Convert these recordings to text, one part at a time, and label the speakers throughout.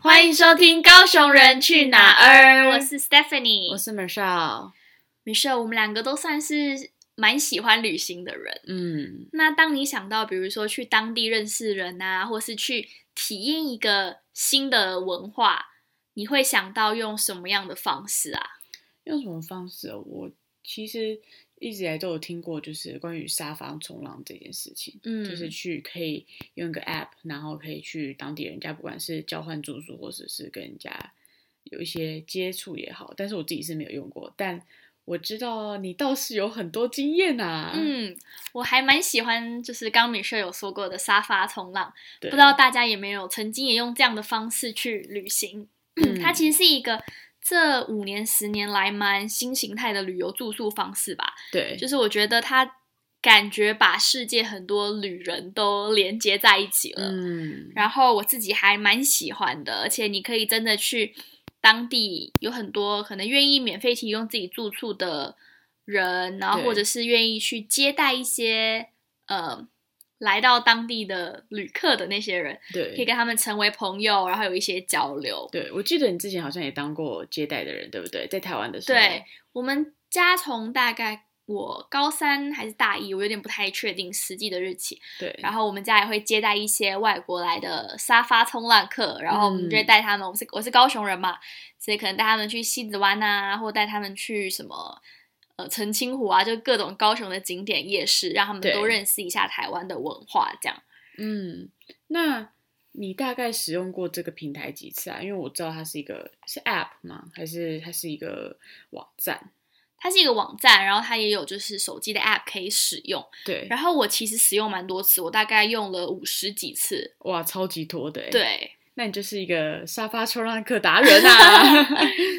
Speaker 1: 欢迎收听《高雄人去哪儿》，
Speaker 2: 我是 Stephanie，
Speaker 1: 我是 Michelle。
Speaker 2: Michelle，我们两个都算是蛮喜欢旅行的人。
Speaker 1: 嗯，
Speaker 2: 那当你想到，比如说去当地认识人啊，或是去体验一个新的文化，你会想到用什么样的方式啊？
Speaker 1: 用什么方式？我其实一直以来都有听过，就是关于沙发冲浪这件事情。
Speaker 2: 嗯
Speaker 1: 就是去可以用一个 app，然后可以去当地人家，不管是交换住宿，或者是跟人家有一些接触也好。但是我自己是没有用过，但我知道你倒是有很多经验呐、啊。，
Speaker 2: 嗯，我还蛮喜欢，就是刚米舍有说过的沙发冲浪，
Speaker 1: 不
Speaker 2: 不知道大家有没有曾经也用这样的方式去旅行？
Speaker 1: 嗯
Speaker 2: 它其实是一个这五年、十年来蛮新形态的旅游住宿方式吧。
Speaker 1: 对，
Speaker 2: 就是我觉得它感觉把世界很多旅人都连接在一起了。
Speaker 1: 嗯，
Speaker 2: 然后我自己还蛮喜欢的，而且你可以真的去当地有很多可能愿意免费提供自己住处的人，然后
Speaker 1: 对
Speaker 2: 或者是愿意去接待一些呃来到当地的旅客的那些人，
Speaker 1: 对，
Speaker 2: 可以跟他们成为朋友，然后有一些交流。
Speaker 1: 对，我记得你之前好像也当过接待的人，对不对？在台湾的时候，
Speaker 2: 对，我们家从大概我高三还是大一，我有点不太确定实际的日期，
Speaker 1: 对，
Speaker 2: 然后我们家也会接待一些外国来的沙发冲浪客，然后我们就会
Speaker 1: 嗯
Speaker 2: 带他们。我是我是高雄人嘛，所以可能带他们去西子湾啊，或带他们去什么呃澄清湖啊，就各种高雄的景点夜市，让他们
Speaker 1: 对
Speaker 2: 都认识一下台湾的文化。这样，
Speaker 1: 嗯，那你大概使用过这个平台几次啊？因为我知道它是一个是 App 吗？还是它是一个网站？
Speaker 2: 它是一个网站，然后它也有就是手机的 app 可以使用。
Speaker 1: 对，
Speaker 2: 然后我其实使用蛮多次，我大概用了五十几次。
Speaker 1: 哇，超级多的欸。
Speaker 2: 对，
Speaker 1: 那你就是一个沙发冲浪客达人啊。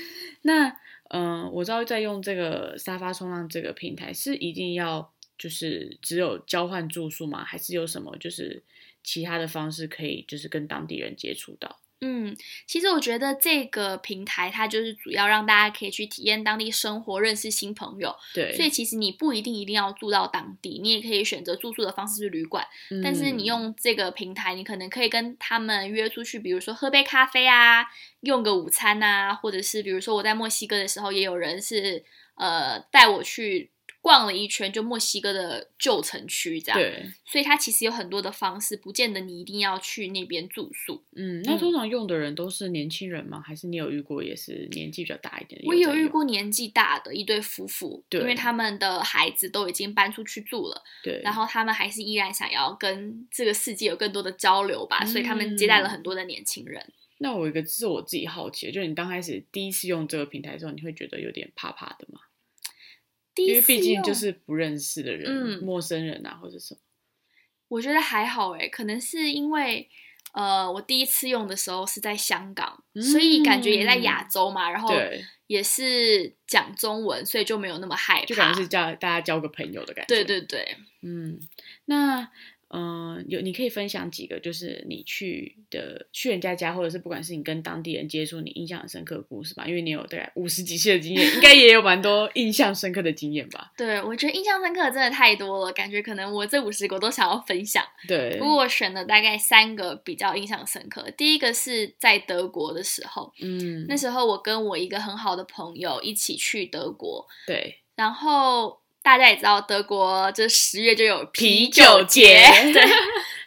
Speaker 1: 那嗯、呃我知道在用这个沙发冲浪这个平台是一定要就是只有交换住宿吗？还是有什么就是其他的方式可以就是跟当地人接触到？
Speaker 2: 嗯，其实我觉得这个平台它就是主要让大家可以去体验当地生活，认识新朋友。
Speaker 1: 对，
Speaker 2: 所以其实你不一定一定要住到当地，你也可以选择住宿的方式是旅馆，但是你
Speaker 1: 嗯
Speaker 2: 用这个平台，你可能可以跟他们约出去，比如说喝杯咖啡啊，用个午餐啊，或者是比如说我在墨西哥的时候，也有人是呃带我去逛了一圈，就墨西哥的旧城区这样。
Speaker 1: 对，
Speaker 2: 所以它其实有很多的方式，不见得你一定要去那边住宿。
Speaker 1: 嗯，那
Speaker 2: 嗯
Speaker 1: 通常用的人都是年轻人吗？还是你有遇过也是年纪比较大一点的？
Speaker 2: 我也有
Speaker 1: 在
Speaker 2: 遇
Speaker 1: 用，
Speaker 2: 过年纪大的一对夫妇，因
Speaker 1: 对
Speaker 2: 为他们的孩子都已经搬出去住了。
Speaker 1: 对，
Speaker 2: 然后他们还是依然想要跟这个世界有更多的交流吧，所以他们接待
Speaker 1: 嗯
Speaker 2: 了很多的年轻人。
Speaker 1: 那我有一个是我自己好奇的，就是你刚开始第一次用这个平台的时候，你会觉得有点怕怕的吗？
Speaker 2: 第
Speaker 1: 因
Speaker 2: 一
Speaker 1: 为
Speaker 2: 次
Speaker 1: 毕竟就
Speaker 2: 用
Speaker 1: 是不认识的人、
Speaker 2: 嗯
Speaker 1: 陌生人啊，或者什么。
Speaker 2: 我觉得还好诶，可能是因为呃，我第一次用的时候是在香港，
Speaker 1: 嗯
Speaker 2: 所以感觉也在亚洲嘛，然后
Speaker 1: 对，
Speaker 2: 也是讲中文，所以就没有那么害怕。
Speaker 1: 就感觉是交大家交个朋友的感觉。
Speaker 2: 对，对对，
Speaker 1: 嗯，那嗯、呃有你可以分享几个，就是你去的去人家家，或者是不管是你跟当地人接触，你印象很深刻的故事吧？因为你有大概五十几次的经验，应该也有蛮多印象深刻的经验吧？
Speaker 2: 对我觉得印象深刻的真的太多了，感觉可能我这五十个都想要分享。
Speaker 1: 对
Speaker 2: 不，过我选了大概三个比较印象深刻，第一个是在德国的时候，
Speaker 1: 嗯，
Speaker 2: 那时候我跟我一个很好的朋友一起去德国，
Speaker 1: 对，
Speaker 2: 然后大家也知道德国这十月就有
Speaker 1: 啤
Speaker 2: 酒
Speaker 1: 酒节
Speaker 2: 对，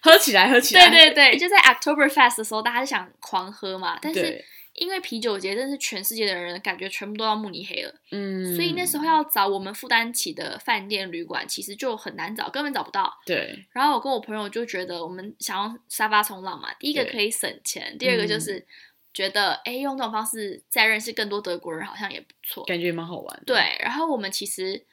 Speaker 1: 喝起来，喝起来，
Speaker 2: 对对对，就在 Oktoberfest 的时候，大家就想狂喝嘛，但是
Speaker 1: 对
Speaker 2: 因为啤酒节，真是全世界的人感觉全部都到慕尼黑了，
Speaker 1: 嗯，
Speaker 2: 所以那时候要找我们负担起的饭店旅馆，其实就很难找，根本找不到。
Speaker 1: 对
Speaker 2: 然后我跟我朋友就觉得，我们想要沙发冲浪嘛，第一个
Speaker 1: 对嗯
Speaker 2: 可以省钱，第二个就是觉得，哎、用这种方式再认识更多德国人，好像也不错。
Speaker 1: 感觉也蛮好玩的。
Speaker 2: 对，然后我们其实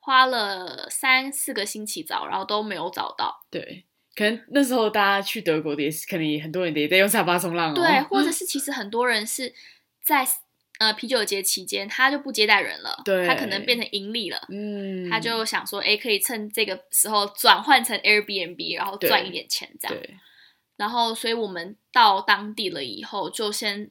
Speaker 2: 花了三四个星期找，然后都没有找到。
Speaker 1: 对，可能那时候大家去德国的也是，可能也很多人也在用沙发冲浪哦。
Speaker 2: 对，或者是其实很多人是在呃啤酒节期间，他就不接待人了，
Speaker 1: 对
Speaker 2: 他可能变成盈利了。
Speaker 1: 嗯，
Speaker 2: 他就想说，哎，可以趁这个时候转换成 Airbnb，然后
Speaker 1: 对
Speaker 2: 赚一点钱，这样。
Speaker 1: 对
Speaker 2: 然后，所以我们到当地了以后，就先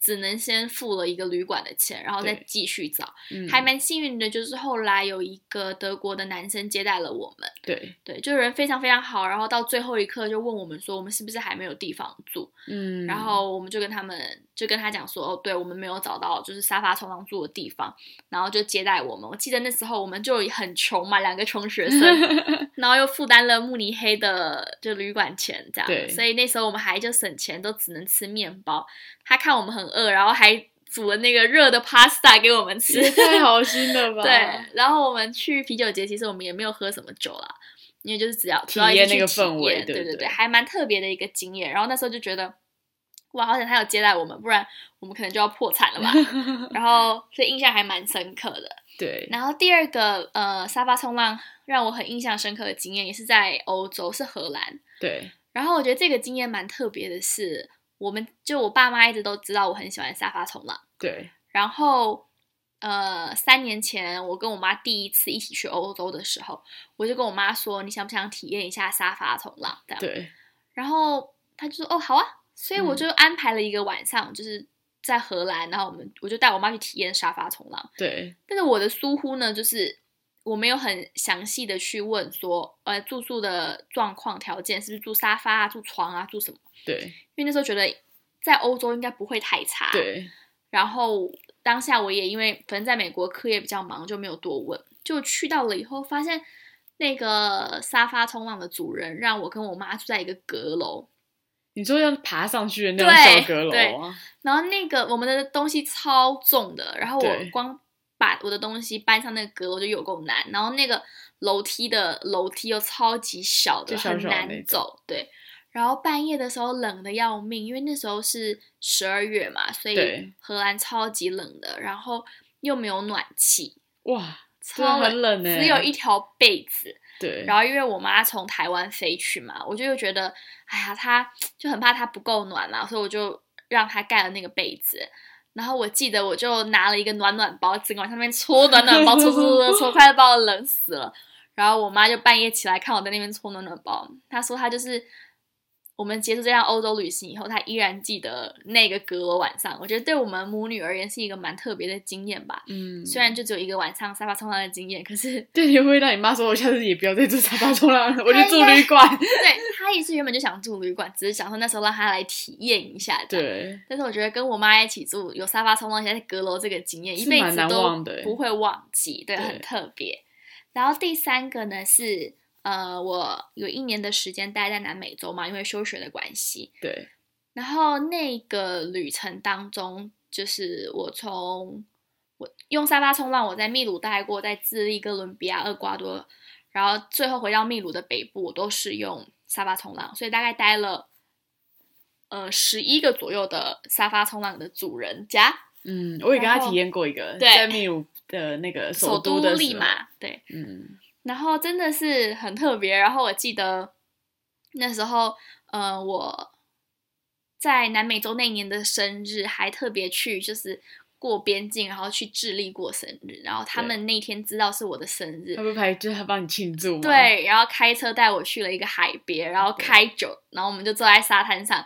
Speaker 2: 只能先付了一个旅馆的钱，然后再
Speaker 1: 对
Speaker 2: 继续找。
Speaker 1: 嗯，
Speaker 2: 还蛮幸运的，就是后来有一个德国的男生接待了我们，
Speaker 1: 对，
Speaker 2: 对，就人非常非常好。然后到最后一刻就问我们说，我们是不是还没有地方住？
Speaker 1: 嗯，
Speaker 2: 然后我们就跟他们就跟他讲说，哦，对我们没有找到就是沙发床上住的地方，然后就接待我们。我记得那时候我们就很穷嘛，两个穷学 生，然后又负担了慕尼黑的就旅馆钱这
Speaker 1: 对
Speaker 2: 样，所以那时候我们还就省钱，都只能吃面包。他看我们很饿，然后还煮了那个热的 pasta 给我们 吃
Speaker 1: 也，太好心了 吧？
Speaker 2: 对，然后我们去啤酒节，其实我们也没有喝什么酒啦，因为就是只要
Speaker 1: 体
Speaker 2: 主要一直
Speaker 1: 验
Speaker 2: 去
Speaker 1: 那个
Speaker 2: 体
Speaker 1: 氛围
Speaker 2: 验
Speaker 1: 对
Speaker 2: 对
Speaker 1: 不对
Speaker 2: 对，还蛮特别的一个经验。然后那时候就觉得，哇，好想他有接待我们，不然我们可能就要破产 了吧。然后所以印象还蛮深刻的。
Speaker 1: 对，
Speaker 2: 然后第二个呃沙发冲浪让我很印象深刻的经验，也是在欧洲，是荷兰。
Speaker 1: 对，
Speaker 2: 然后我觉得这个经验蛮特别的是，我们就我爸妈一直都知道我很喜欢沙发冲浪。
Speaker 1: 对，
Speaker 2: 然后，呃，三年前我跟我妈第一次一起去欧洲的时候，我就跟我妈说：“你想不想体验一下沙发冲浪？”这样，
Speaker 1: 对，
Speaker 2: 然后她就说：“哦，好啊。”所以我
Speaker 1: 嗯
Speaker 2: 就安排了一个晚上，就是在荷兰，然后我们我就带我妈去体验沙发冲浪。
Speaker 1: 对，
Speaker 2: 但是我的疏忽呢，就是我没有很详细的去问说，呃，住宿的状况条件是不是住沙发啊、住床啊、住什么？
Speaker 1: 对，
Speaker 2: 因为那时候觉得在欧洲应该不会太差。。
Speaker 1: 对，
Speaker 2: 然后当下我也因为反正在美国课业比较忙，就没有多问。就去到了以后，发现那个沙发冲浪的主人让我跟我妈住在一个阁楼，
Speaker 1: 你说要爬上去的那种小阁楼啊？
Speaker 2: 然后那个我们的东西超重的，然后我
Speaker 1: 对
Speaker 2: 光把我的东西搬上那个阁楼就有够难，然后那个楼梯的楼梯又超级小的，
Speaker 1: 就小小的
Speaker 2: 很
Speaker 1: 那
Speaker 2: 难
Speaker 1: 种
Speaker 2: 走，对。然后半夜的时候冷的要命，因为那时候是十二月嘛，所以
Speaker 1: 对
Speaker 2: 荷兰超级冷的，然后又没有暖气，
Speaker 1: 哇，真
Speaker 2: 超
Speaker 1: 的很冷欸呢。
Speaker 2: 只有一条被子。
Speaker 1: 对，
Speaker 2: 然后因为我妈从台湾飞去嘛，我就又觉得，哎呀，她就很怕她不够暖嘛，所以我就让她盖了那个被子。然后我记得我就拿了一个暖暖包，整个往上面搓暖暖包，搓搓搓搓搓，快把我冷死了。然后我妈就半夜起来看我在那边搓暖暖包，她说她就是我们结束这趟欧洲旅行以后，她依然记得那个隔楼晚上。我觉得对我们母女而言是一个蛮特别的经验吧。
Speaker 1: 嗯，
Speaker 2: 虽然就只有一个晚上沙发冲浪的经验，可是
Speaker 1: 对，你会让你妈说，我下次也不要再住沙发冲浪了，我
Speaker 2: 她
Speaker 1: 就住
Speaker 2: 应该
Speaker 1: 旅馆。
Speaker 2: 对他也是原本就想住旅馆，只是想说那时候让他来体验一下。，
Speaker 1: 对，
Speaker 2: 但是我觉得跟我妈一起住，有沙发冲浪，现在阁楼这个经验，一
Speaker 1: 是
Speaker 2: 辈
Speaker 1: 蛮
Speaker 2: 子
Speaker 1: 难
Speaker 2: 都
Speaker 1: 忘的欸
Speaker 2: 不会忘记，对，
Speaker 1: 对
Speaker 2: 很特别。然后第三个呢是，呃，我有一年的时间待在南美洲嘛，因为休学的关系。
Speaker 1: 对，
Speaker 2: 然后那个旅程当中，就是我从我用沙发冲浪，我在秘鲁待过，在智利、哥伦比亚、厄瓜多，然后最后回到秘鲁的北部，我都是用沙发冲浪，所以大概待了呃十一个左右的沙发冲浪的主人家，
Speaker 1: 嗯，我也跟她
Speaker 2: 然后
Speaker 1: 体验过一个，
Speaker 2: 对
Speaker 1: 在秘鲁的那个
Speaker 2: 首
Speaker 1: 都的时候
Speaker 2: 利，马，对，
Speaker 1: 嗯，
Speaker 2: 然后真的是很特别。然后我记得那时候，呃，我在南美洲那一年的生日，还特别去就是过边境，然后去智利过生日。然后他们那天知道是我的生日
Speaker 1: 她，不是拍，就是她帮你庆祝吗？，
Speaker 2: 对，然后开车带我去了一个海边，然后开酒，然后我们就坐在沙滩上。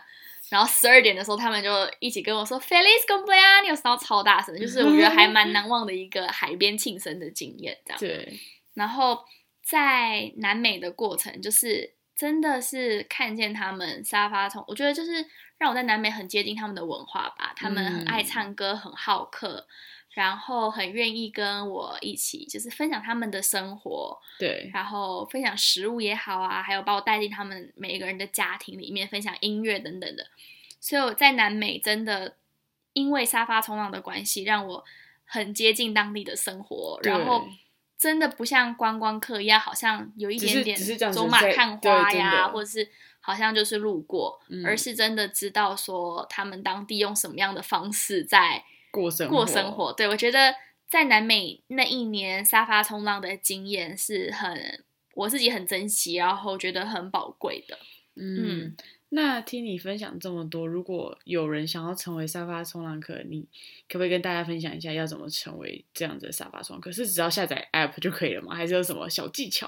Speaker 2: 然后十二点的时候，他们就一起跟我说 “Feliz cumpleaños”，然后超大声，就是我觉得还蛮难忘的一个海边庆生的经验，这样。
Speaker 1: 对，
Speaker 2: 然后在南美的过程，就是真的是看见他们沙发从，我觉得就是让我在南美很接近他们的文化吧。他们很爱唱歌，很好客，然后很愿意跟我一起，就是分享他们的生活，
Speaker 1: 对，
Speaker 2: 然后分享食物也好啊，还有把我带进他们每一个人的家庭里面，分享音乐等等的。所以我在南美真的因为沙发冲浪的关系，让我很接近当地的生活，
Speaker 1: 对
Speaker 2: 然后真的不像观光客一样，好像有一
Speaker 1: 只
Speaker 2: 点
Speaker 1: 是
Speaker 2: 点
Speaker 1: 只是这样子
Speaker 2: 走马
Speaker 1: 在
Speaker 2: 看花
Speaker 1: 对真
Speaker 2: 呀，
Speaker 1: 的
Speaker 2: 或者是好像就是路过，
Speaker 1: 嗯
Speaker 2: 而是真的知道说他们当地用什么样的方式在
Speaker 1: 过生
Speaker 2: 过生，活。对我觉得在南美那一年沙发冲浪的经验是很我自己很珍惜，然后觉得很宝贵的。嗯
Speaker 1: 嗯。那听你分享这么多，如果有人想要成为沙发冲浪客，你可不可以跟大家分享一下要怎么成为这样子的沙发冲浪客？是只要下载 App 就可以了吗？还是有什么小技巧？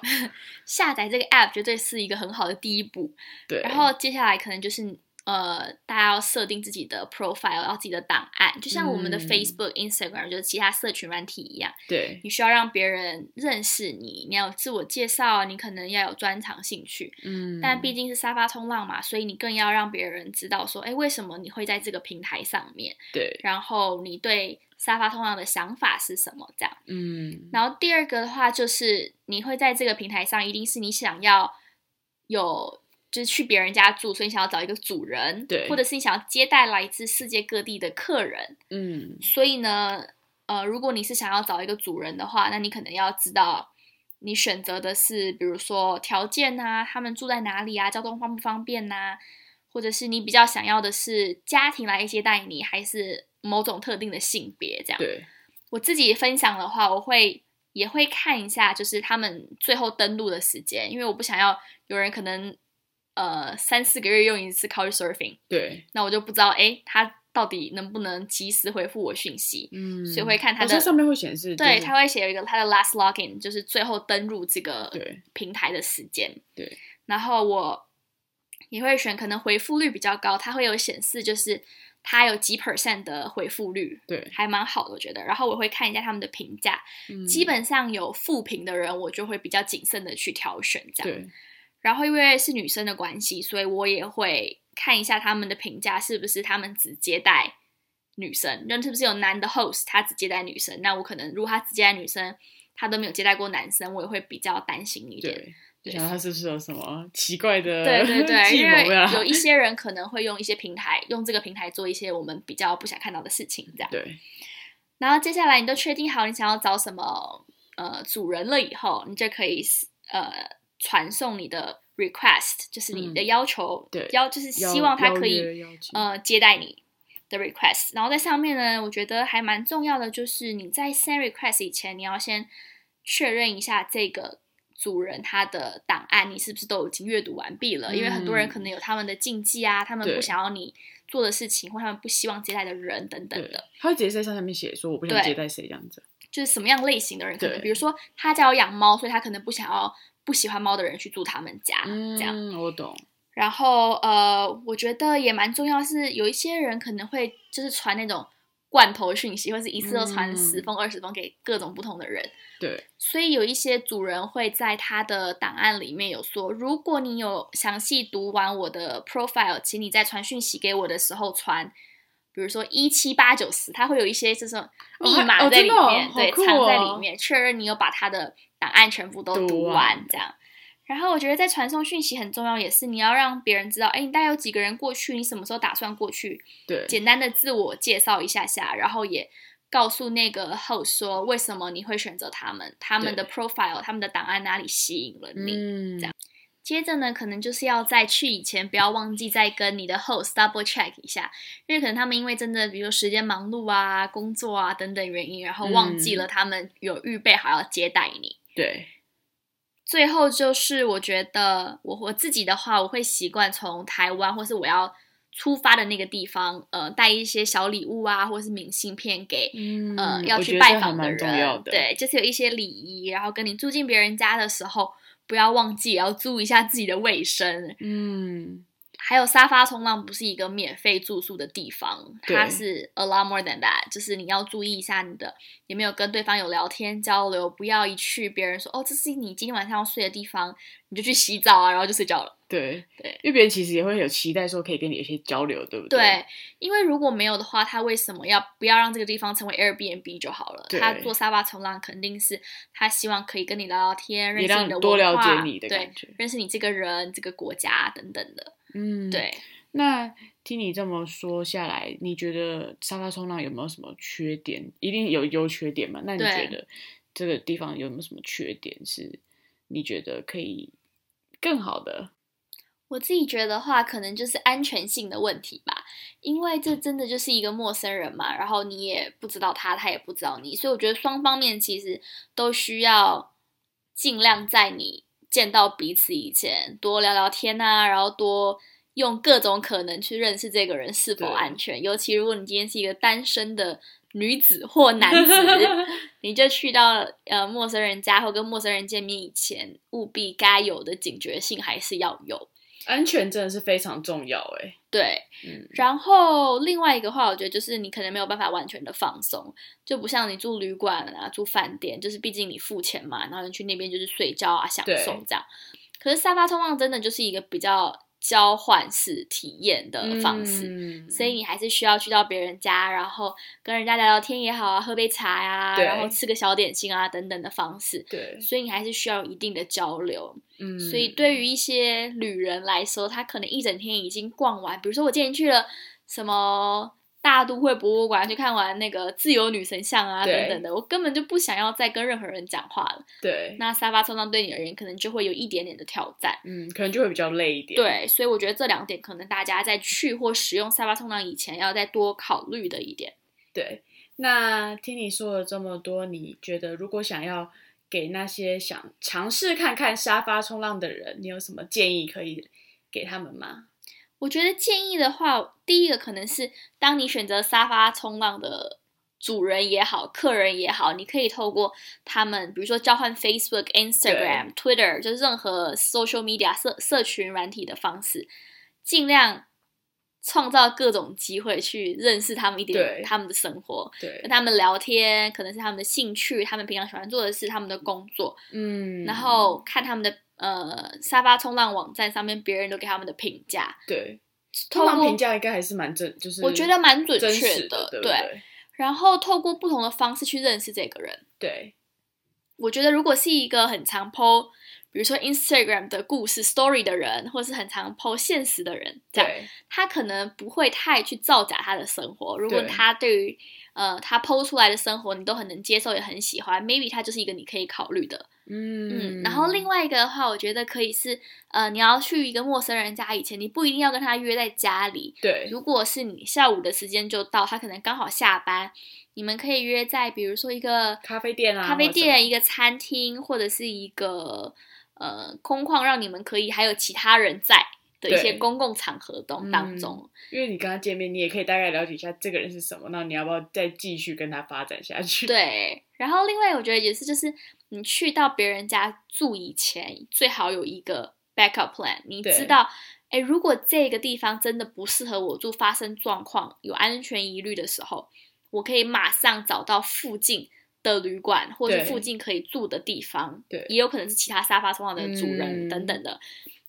Speaker 2: 下载这个 app 绝对是一个很好的第一步，
Speaker 1: 对，
Speaker 2: 然后接下来可能就是呃，大家要设定自己的 profile，要自己的档案，就像我们的
Speaker 1: 嗯
Speaker 2: Facebook、Instagram，就是其他社群软体一样，
Speaker 1: 对，
Speaker 2: 你需要让别人认识你，你要有自我介绍，啊你可能要有专长兴趣，
Speaker 1: 嗯，
Speaker 2: 但毕竟是沙发冲浪嘛，所以你更要让别人知道说，哎，为什么你会在这个平台上面，
Speaker 1: 对，
Speaker 2: 然后你对沙发冲浪的想法是什么，这样。
Speaker 1: 嗯，
Speaker 2: 然后第二个的话，就是你会在这个平台上，一定是你想要有，就是去别人家住，所以你想要找一个主人，
Speaker 1: 对
Speaker 2: 或者是你想要接待来自世界各地的客人。
Speaker 1: 嗯，
Speaker 2: 所以呢，呃，如果你是想要找一个主人的话，那你可能要知道你选择的是，比如说条件啊，他们住在哪里啊，交通方不方便呐、或者是你比较想要的是家庭来接待你，还是某种特定的性别这样？
Speaker 1: 对，
Speaker 2: 我自己分享的话，我会也会看一下，就是他们最后登录的时间，因为我不想要有人可能呃三四个月用一次 Couch Surfing，
Speaker 1: 对，
Speaker 2: 那我就不知道诶他到底能不能及时回复我讯息。
Speaker 1: 嗯，
Speaker 2: 所以会看它
Speaker 1: 哦
Speaker 2: 的
Speaker 1: 上面会显示，
Speaker 2: 对，
Speaker 1: 它
Speaker 2: 他会写一个他的 last login，就是最后登入这个
Speaker 1: 对，
Speaker 2: 平台的时间。
Speaker 1: 对，
Speaker 2: 然后我也会选可能回复率比较高，它会有显示就是它有几 percent 的回复率，
Speaker 1: 对
Speaker 2: 还蛮好的，我觉得。然后我会看一下他们的评价，
Speaker 1: 嗯
Speaker 2: 基本上有负评的人，我就会比较谨慎的去挑选这样。
Speaker 1: 对，
Speaker 2: 然后因为是女生的关系，所以我也会看一下他们的评价是不是他们只接待女生，那是不是有男的 host 他只接待女生？那我可能如果他只接待女生，他都没有接待过男生，我也会比较担心一点。
Speaker 1: 对，就想到他是不是有什 么奇怪的
Speaker 2: 对 对对，
Speaker 1: 计
Speaker 2: 因
Speaker 1: 谋啊
Speaker 2: 为
Speaker 1: 呀？
Speaker 2: 有一些人可能会用一些平台，用这个平台做一些我们比较不想看到的事情，这样。
Speaker 1: 对，
Speaker 2: 然后接下来你都确定好你想要找什么呃主人了以后，你就可以呃传送你的 request，就是你的要求，
Speaker 1: 嗯对
Speaker 2: 要就是希望他可以
Speaker 1: 邀请，
Speaker 2: 呃接待你的 request。然后在上面呢，我觉得还蛮重要的，就是你在 send request 以前，你要先确认一下这个。主人他的档案你是不是都已经阅读完毕了？因为很多人
Speaker 1: 嗯
Speaker 2: 可能有他们的禁忌啊，他们
Speaker 1: 对
Speaker 2: 不想要你做的事情，或他们不希望接待的人等等
Speaker 1: 对
Speaker 2: 的。，
Speaker 1: 他会直接在上面写说我不想
Speaker 2: 对
Speaker 1: 接待谁这样子，
Speaker 2: 就是什么样类型的人，可能
Speaker 1: 对
Speaker 2: 比如说他家有养猫，所以他可能不想要不喜欢猫的人去住他们家、啊这样。
Speaker 1: 嗯，我懂，
Speaker 2: 然后呃，我觉得也蛮重要，是有一些人可能会就是传那种罐头讯息，或是一次都传
Speaker 1: 嗯
Speaker 2: 十封、二十封给各种不同的人。
Speaker 1: 对，
Speaker 2: 所以有一些主人会在他的档案里面有说，如果你有详细读完我的 profile，请你在传讯息给我的时候传，比如说一七八九十，它会有一些这种密
Speaker 1: 还
Speaker 2: 码
Speaker 1: 哦
Speaker 2: 在
Speaker 1: 真
Speaker 2: 里
Speaker 1: 的哦
Speaker 2: 面，
Speaker 1: 好
Speaker 2: 对，
Speaker 1: 酷
Speaker 2: 藏在里
Speaker 1: 哦
Speaker 2: 面，确认你有把他的档案全部都
Speaker 1: 读
Speaker 2: 读
Speaker 1: 完
Speaker 2: 完这样。然后我觉得在传送讯息很重要，也是你要让别人知道，哎，你大概有几个人过去，你什么时候打算过去，
Speaker 1: 对，
Speaker 2: 简单的自我介绍一下下，然后也告诉那个 host 说为什么你会选择他们，他们的 profile、他们的档案哪里吸引了你。
Speaker 1: 嗯，这样，
Speaker 2: 接着呢，可能就是要在去以前不要忘记再跟你的 host double check 一下，因为可能他们因为真的比如说时间忙碌啊、工作啊等等原因，然后忘记了他们有预备好要接待你。
Speaker 1: 对，
Speaker 2: 最后就是，我觉得我我自己的话，我会习惯从台湾或是我要出发的那个地方，呃，带一些小礼物啊，或是明信片给、
Speaker 1: 嗯
Speaker 2: 呃要
Speaker 1: 我
Speaker 2: 去
Speaker 1: 觉得
Speaker 2: 拜
Speaker 1: 这还
Speaker 2: 访
Speaker 1: 蛮
Speaker 2: 人。
Speaker 1: 重要的，
Speaker 2: 对，就是有一些礼仪，然后跟你住进别人家的时候，不要忘记也要注意一下自己的卫生。
Speaker 1: 嗯，
Speaker 2: 还有沙发冲浪不是一个免费住宿的地方，
Speaker 1: 对
Speaker 2: 它是 a lot more than that，就是你要注意一下你的有没有跟对方有聊天交流，不要一去别人说哦这是你今天晚上要睡的地方，你就去洗澡啊，然后就睡觉了。
Speaker 1: 对，
Speaker 2: 对
Speaker 1: 因为别人其实也会有期待说可以跟你有一些交流，对不
Speaker 2: 对，
Speaker 1: 对？
Speaker 2: 因为如果没有的话，他为什么要不要让这个地方成为 Airbnb 就好了？
Speaker 1: 对
Speaker 2: 他做沙发冲浪肯定是他希望可以跟你聊聊天，认
Speaker 1: 也
Speaker 2: 识
Speaker 1: 让
Speaker 2: 你的
Speaker 1: 多
Speaker 2: 文
Speaker 1: 了
Speaker 2: 化，
Speaker 1: 解你的
Speaker 2: 对
Speaker 1: 感，觉，
Speaker 2: 认识你这个人、这个国家等等的。
Speaker 1: 嗯，。
Speaker 2: 对，
Speaker 1: 那听你这么说下来，你觉得沙发冲浪有没有什么缺点？一定有优缺点嘛？那你
Speaker 2: 对
Speaker 1: 觉得这个地方有没有什么缺点是你觉得可以更好 的？
Speaker 2: 我自己觉得话，可能就是安全性的问题吧，因为这真的就是一个陌生人嘛，然后你也不知道他，他也不知道你，所以我觉得双方面其实都需要尽量在你见到彼此以前多聊聊天啊，然后多用各种可能去认识这个人是否
Speaker 1: 对
Speaker 2: 安全，尤其如果你今天是一个单身的女子或男子， 你就去到呃陌生人家或跟陌生人见面以前，务必该有的警觉性还是要有。
Speaker 1: 安全真的是非常重要哎、
Speaker 2: 对，
Speaker 1: 嗯
Speaker 2: 然后另外一个话，我觉得就是你可能没有办法完全的放松，就不像你住旅馆啊、住饭店，就是毕竟你付钱嘛，然后你去那边就是睡觉啊、享
Speaker 1: 对
Speaker 2: 受这样。可是沙发冲浪真的就是一个比较交换式体验的方式，
Speaker 1: 嗯
Speaker 2: 所以你还是需要去到别人家，然后跟人家聊聊天也好啊，喝杯茶呀、
Speaker 1: 对
Speaker 2: 然后吃个小点心啊等等的方式。
Speaker 1: 对，
Speaker 2: 所以你还是需要有一定的交流，
Speaker 1: 嗯，
Speaker 2: 所以对于一些旅人来说，他可能一整天已经逛完，比如说我今天去了什么大都会博物馆，去看完那个自由女神像啊
Speaker 1: 对
Speaker 2: 等等的，我根本就不想要再跟任何人讲话了。
Speaker 1: 对，
Speaker 2: 那沙发冲浪对你而言，可能就会有一点点的挑战。
Speaker 1: 嗯，可能就会比较累一点。，
Speaker 2: 对，所以我觉得这两点可能大家在去或使用沙发冲浪以前，要再多考虑的一点。
Speaker 1: 对，那听你说了这么多，你觉得如果想要给那些想尝试看看沙发冲浪的人，你有什么建议可以给他们吗？
Speaker 2: 我觉得建议的话，第一个可能是当你选择沙发冲浪的主人也好，客人也好，你可以透过他们，比如说交换 Facebook、Instagram、Twitter，就是任何 social media 社社群软体的方式，尽量创造各种机会去认识他们一
Speaker 1: 对
Speaker 2: 点他们的生活，
Speaker 1: 对
Speaker 2: 跟，他们聊天，可能是他们的兴趣，他们平常喜欢做的事，他们的工作，
Speaker 1: 嗯，
Speaker 2: 然后看他们的呃沙发冲浪网站上面别人都给他们的评价，
Speaker 1: 对，
Speaker 2: 透
Speaker 1: 通常
Speaker 2: 过
Speaker 1: 评价应该还是蛮正，就是
Speaker 2: 我觉得蛮准
Speaker 1: 真
Speaker 2: 确
Speaker 1: 实的，
Speaker 2: 对
Speaker 1: 对不对？
Speaker 2: 然后透过不同的方式去认识这个人。
Speaker 1: 对，
Speaker 2: 我觉得如果是一个很常 PO，比如说 Instagram 的故事 story 的人，或是很常 PO 现实的人，这样
Speaker 1: 对，
Speaker 2: 他可能不会太去造假他的生活。如果
Speaker 1: 对
Speaker 2: 他对于呃他 PO 出来的生活你都很能接受，也很喜欢，maybe 他就是一个你可以考虑的嗯，
Speaker 1: 嗯
Speaker 2: 然后另
Speaker 1: 外，
Speaker 2: 外一个的话，我觉得可以是，呃，你要去一个陌生人家以前，你不一定要跟他约在家里。
Speaker 1: 对，
Speaker 2: 如果是你下午的时间就到，他可能刚好下班，你们可以约在比如说一个
Speaker 1: 咖啡店啊
Speaker 2: 咖啡
Speaker 1: 或者什
Speaker 2: 店、
Speaker 1: 么
Speaker 2: 一个餐厅，或者是一个呃空旷，让你们可以还有其他人在的一些
Speaker 1: 对嗯
Speaker 2: 公共场合当当中。
Speaker 1: 因为你跟他见面，你也可以大概了解一下这个人是什么，那你要不要再继续跟他发展下去？，
Speaker 2: 对，然后另外我觉得也是，就是你去到别人家住以前，最好有一个 backup plan，你
Speaker 1: 对
Speaker 2: 知道，哎，如果这个地方真的不适合我住，发生状况有安全疑虑的时候，我可以马上找到附近。的旅馆或者
Speaker 1: 对
Speaker 2: 附近可以住的地方，
Speaker 1: 对
Speaker 2: 也有可能是其他沙发冲浪的主人、
Speaker 1: 嗯
Speaker 2: 等等的，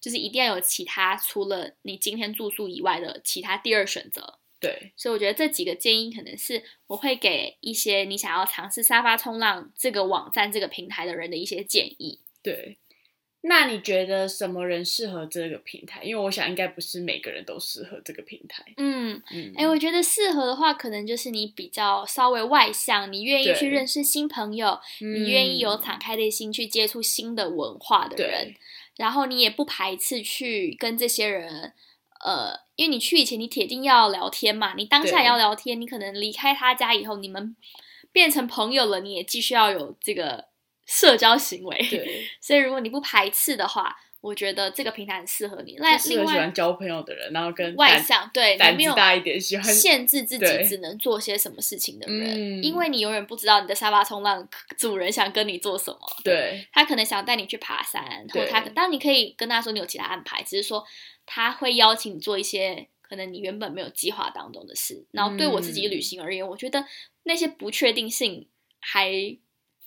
Speaker 2: 就是一定要有其他除了你今天住宿以外的其他第二选择。
Speaker 1: 对，
Speaker 2: 所以我觉得这几个建议可能是我会给一些你想要尝试沙发冲浪这个网站、这个平台的人的一些建议。
Speaker 1: 对。那你觉得什么人适合这个平台？因为我想应该不是每个人都适合这个平台。
Speaker 2: 嗯，
Speaker 1: 嗯，
Speaker 2: 哎，我觉得适合的话，可能就是你比较稍微外向，你愿意
Speaker 1: 对
Speaker 2: 去认识新朋友，
Speaker 1: 嗯
Speaker 2: 你愿意有敞开的心去接触新的文化的人
Speaker 1: 对，
Speaker 2: 然后你也不排斥去跟这些人。呃，因为你去以前，你铁定要聊天嘛，你当下
Speaker 1: 对
Speaker 2: 也要聊天，你可能离开他家以后，你们变成朋友了，你也继续要有这个社交行为。
Speaker 1: 对，
Speaker 2: 所以如果你不排斥的话，我觉得这个平台很适合你。 那
Speaker 1: 就适
Speaker 2: 另
Speaker 1: 合喜
Speaker 2: 外
Speaker 1: 欢交朋友的人，然后跟
Speaker 2: 外
Speaker 1: 胆
Speaker 2: 向，对你
Speaker 1: 胆
Speaker 2: 没
Speaker 1: 子
Speaker 2: 有
Speaker 1: 大一点，喜欢
Speaker 2: 限制自
Speaker 1: 对
Speaker 2: 己只能做些什么事情的人，
Speaker 1: 嗯
Speaker 2: 因为你永远不知道你的沙发冲浪主人想跟你做什么。，
Speaker 1: 对
Speaker 2: 他可能想带你去爬山，或
Speaker 1: 对
Speaker 2: 他当然你可以跟他说你有其他安排，只是说他会邀请你做一些可能你原本没有计划当中的事。然后对我自己
Speaker 1: 嗯
Speaker 2: 旅行而言，我觉得那些不确定性还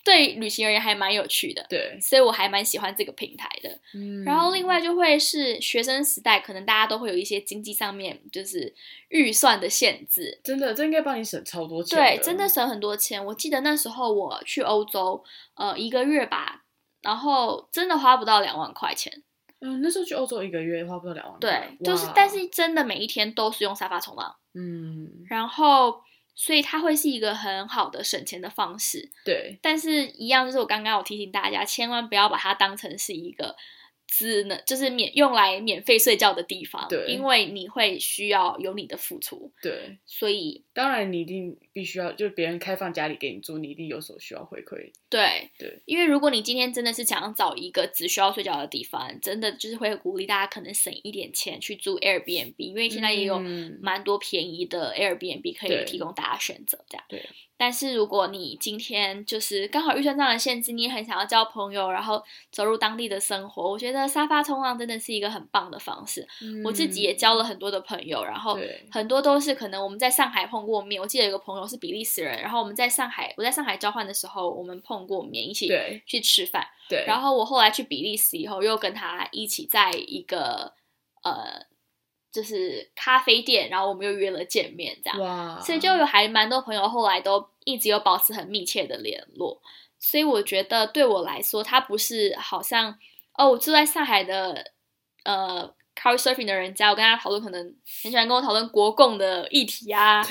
Speaker 2: 对旅行而言还蛮有趣的。
Speaker 1: 对，
Speaker 2: 所以我还蛮喜欢这个平台的。
Speaker 1: 嗯
Speaker 2: 然后另外就会是学生时代，可能大家都会有一些经济上面就是预算的限制，
Speaker 1: 真的，这应该帮你省超多钱。
Speaker 2: 对，真的省很多钱。我记得那时候我去欧洲，呃，一个月吧，然后真的花不到两万块钱，
Speaker 1: 嗯，那时候去欧洲一个月花不到两万
Speaker 2: 对
Speaker 1: 块，，
Speaker 2: 就是
Speaker 1: 哇
Speaker 2: 但是真的每一天都是用沙发冲浪，
Speaker 1: 嗯，
Speaker 2: 然后所以它会是一个很好的省钱的方式。
Speaker 1: 对
Speaker 2: 但是，一样就是我刚刚有提醒大家，千万不要把它当成是一个只能就是免用来免费睡觉的地方，
Speaker 1: 对
Speaker 2: 因为你会需要有你的付出，
Speaker 1: 对，
Speaker 2: 所以
Speaker 1: 当然你一定必须要，就是别人开放家里给你住，你一定有所需要回馈。
Speaker 2: 对
Speaker 1: 对，
Speaker 2: 因为如果你今天真的是想要找一个只需要睡觉的地方，真的就是会鼓励大家可能省一点钱去租 Airbnb，因为现在也有
Speaker 1: 嗯
Speaker 2: 蛮多便宜的 Airbnb 可以
Speaker 1: 对
Speaker 2: 提供大家选择这样。
Speaker 1: 对。
Speaker 2: 但是如果你今天就是刚好预算上的限制，你也很想要交朋友，然后走入当地的生活，我觉得沙发冲浪真的是一个很棒的方式。我自己也交了很多的朋友，然后
Speaker 1: 嗯对
Speaker 2: 很多都是可能我们在上海碰过面。我记得有个朋友是比利时人，然后我们在上海，我在上海交换的时候，我们碰过面，一起
Speaker 1: 对
Speaker 2: 去吃饭。
Speaker 1: 对，
Speaker 2: 然后我后来去比利时以后，又跟他一起在一个呃，就是咖啡店，然后我们又约了见面，这样。
Speaker 1: 哇，
Speaker 2: 所以就有还蛮多朋友后来都一直有保持很密切的联络。所以我觉得对我来说，它不是好像哦，我住在上海的呃 Couchsurfing 的人家，我跟他讨论，可能很喜欢跟我讨论国共的议题啊，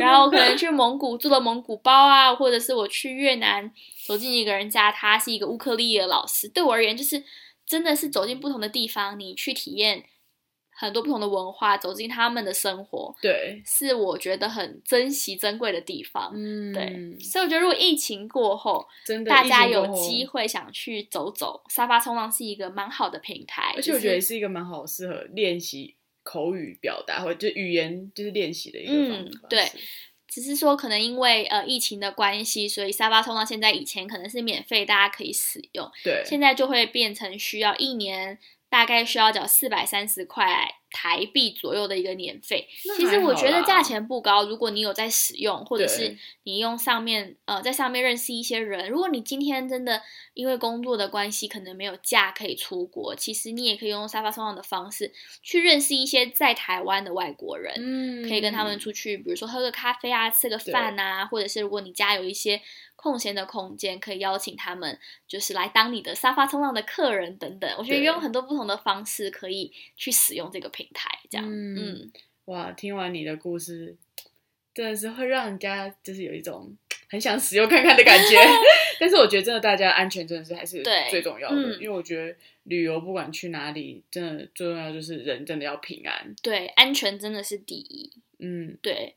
Speaker 2: 然后可能去蒙古住了蒙古包啊，或者是我去越南走进一个人家，他是一个乌克丽的老师，对我而言就是真的是走进不同的地方，你去体验很多不同的文化，走进他们的生活，
Speaker 1: 对，
Speaker 2: 是我觉得很珍惜珍贵的地方。
Speaker 1: 嗯，
Speaker 2: 对，所以我觉得如果疫情过后，
Speaker 1: 真的
Speaker 2: 大家
Speaker 1: 疫情
Speaker 2: 有
Speaker 1: 过后
Speaker 2: 机会想去走走，沙发冲浪是一个蛮好的平台。
Speaker 1: 而且我觉得也
Speaker 2: 就是
Speaker 1: 一个蛮好适合练习口语表达或者就语言就是练习的一个方
Speaker 2: 嗯
Speaker 1: 法。
Speaker 2: 对
Speaker 1: 是，
Speaker 2: 只是说可能因为呃疫情的关系，所以沙发冲浪现在以前可能是免费，大家可以使用，
Speaker 1: 对，
Speaker 2: 现在就会变成需要一年大概需要缴四百三十块台币左右的一个年费。
Speaker 1: 那
Speaker 2: 其实
Speaker 1: 还
Speaker 2: 我
Speaker 1: 好
Speaker 2: 觉得
Speaker 1: 啦
Speaker 2: 价钱不高，如果你有在使用，或者是
Speaker 1: 对
Speaker 2: 你用上面呃在上面认识一些人。如果你今天真的因为工作的关系，可能没有假可以出国，其实你也可以用沙发冲浪的方式去认识一些在台湾的外国人。
Speaker 1: 嗯
Speaker 2: 可以跟他们出去，比如说喝个咖啡啊，吃个饭啊，或者是如果你家有一些空闲的空间，可以邀请他们就是来当你的沙发冲浪的客人等等。我觉得
Speaker 1: 对
Speaker 2: 用很多不同的方式可以去使用这个平台，这样，
Speaker 1: 嗯
Speaker 2: 嗯
Speaker 1: 哇，听完你的故事，真的是会让人家就是有一种很想使用看看的感 觉。但是我觉得真的大家安全真的是还是
Speaker 2: 对
Speaker 1: 最重要的，
Speaker 2: 嗯
Speaker 1: 因为我觉得旅游不管去哪里，真的最重要就是人真的要平安。
Speaker 2: 对，安全真的是第一，
Speaker 1: 嗯，
Speaker 2: 对，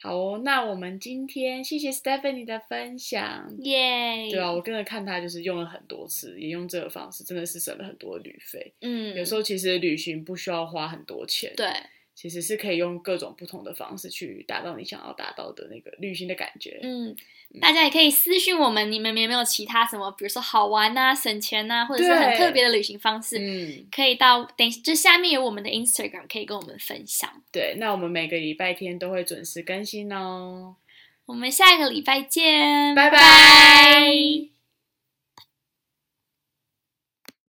Speaker 1: 好哦，那我们今天谢谢 Stephanie 的分享。
Speaker 2: 嗯耶，
Speaker 1: 对啊，我跟着看他就是用了很多次，也用这个方式，真的是省了很多旅费。
Speaker 2: 嗯，
Speaker 1: 有时候其实旅行不需要花很多钱，，
Speaker 2: 对，
Speaker 1: 其实是可以用各种不同的方式去达到你想要达到的那个旅行的感觉。
Speaker 2: 嗯，大家也可以私信我们，你们有没有其他什么，比如说好玩啊、省钱啊，或者是很
Speaker 1: 对
Speaker 2: 特别的旅行方式，
Speaker 1: 嗯，
Speaker 2: 可以到等就下面有我们的 Instagram 可以跟我们分享。
Speaker 1: 对，那我们每个礼拜天都会准时更新哦。
Speaker 2: 我们下一个礼拜见，
Speaker 1: 拜拜
Speaker 2: 拜